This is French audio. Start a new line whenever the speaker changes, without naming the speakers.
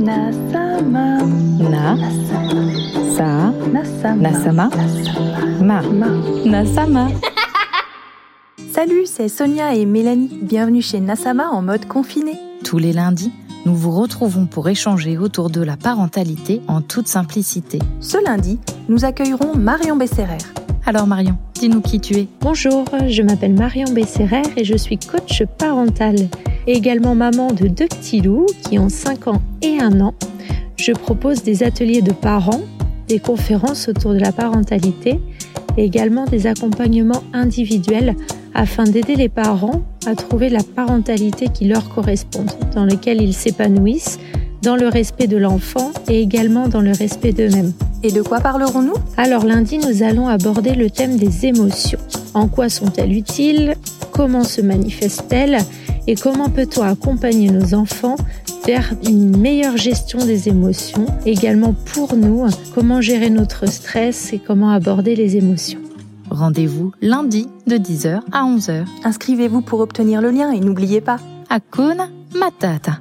Nasama.
Na,
Nasama.
sa,
Nasama.
Nasama. ma. Nasama.
Salut, c'est Sonia et Mélanie. Bienvenue chez Nasama en mode confiné.
Tous les lundis, nous vous retrouvons pour échanger autour de la parentalité en toute simplicité.
Ce lundi, nous accueillerons Marion Besserer.
Alors Marion, dis-nous qui tu es.
Bonjour, je m'appelle Marion Besserer et je suis coach parental et également maman de deux petits loups qui ont 5 ans et 1 an. Je propose des ateliers de parents, des conférences autour de la parentalité et également des accompagnements individuels afin d'aider les parents à trouver la parentalité qui leur corresponde, dans laquelle ils s'épanouissent, dans le respect de l'enfant et également dans le respect d'eux-mêmes.
Et de quoi parlerons-nous
Alors lundi, nous allons aborder le thème des émotions. En quoi sont-elles utiles Comment se manifestent-elles Et comment peut-on accompagner nos enfants vers une meilleure gestion des émotions Également pour nous, comment gérer notre stress et comment aborder les émotions
Rendez-vous lundi de 10h à 11h
Inscrivez-vous pour obtenir le lien et n'oubliez pas,
à Kona Matata.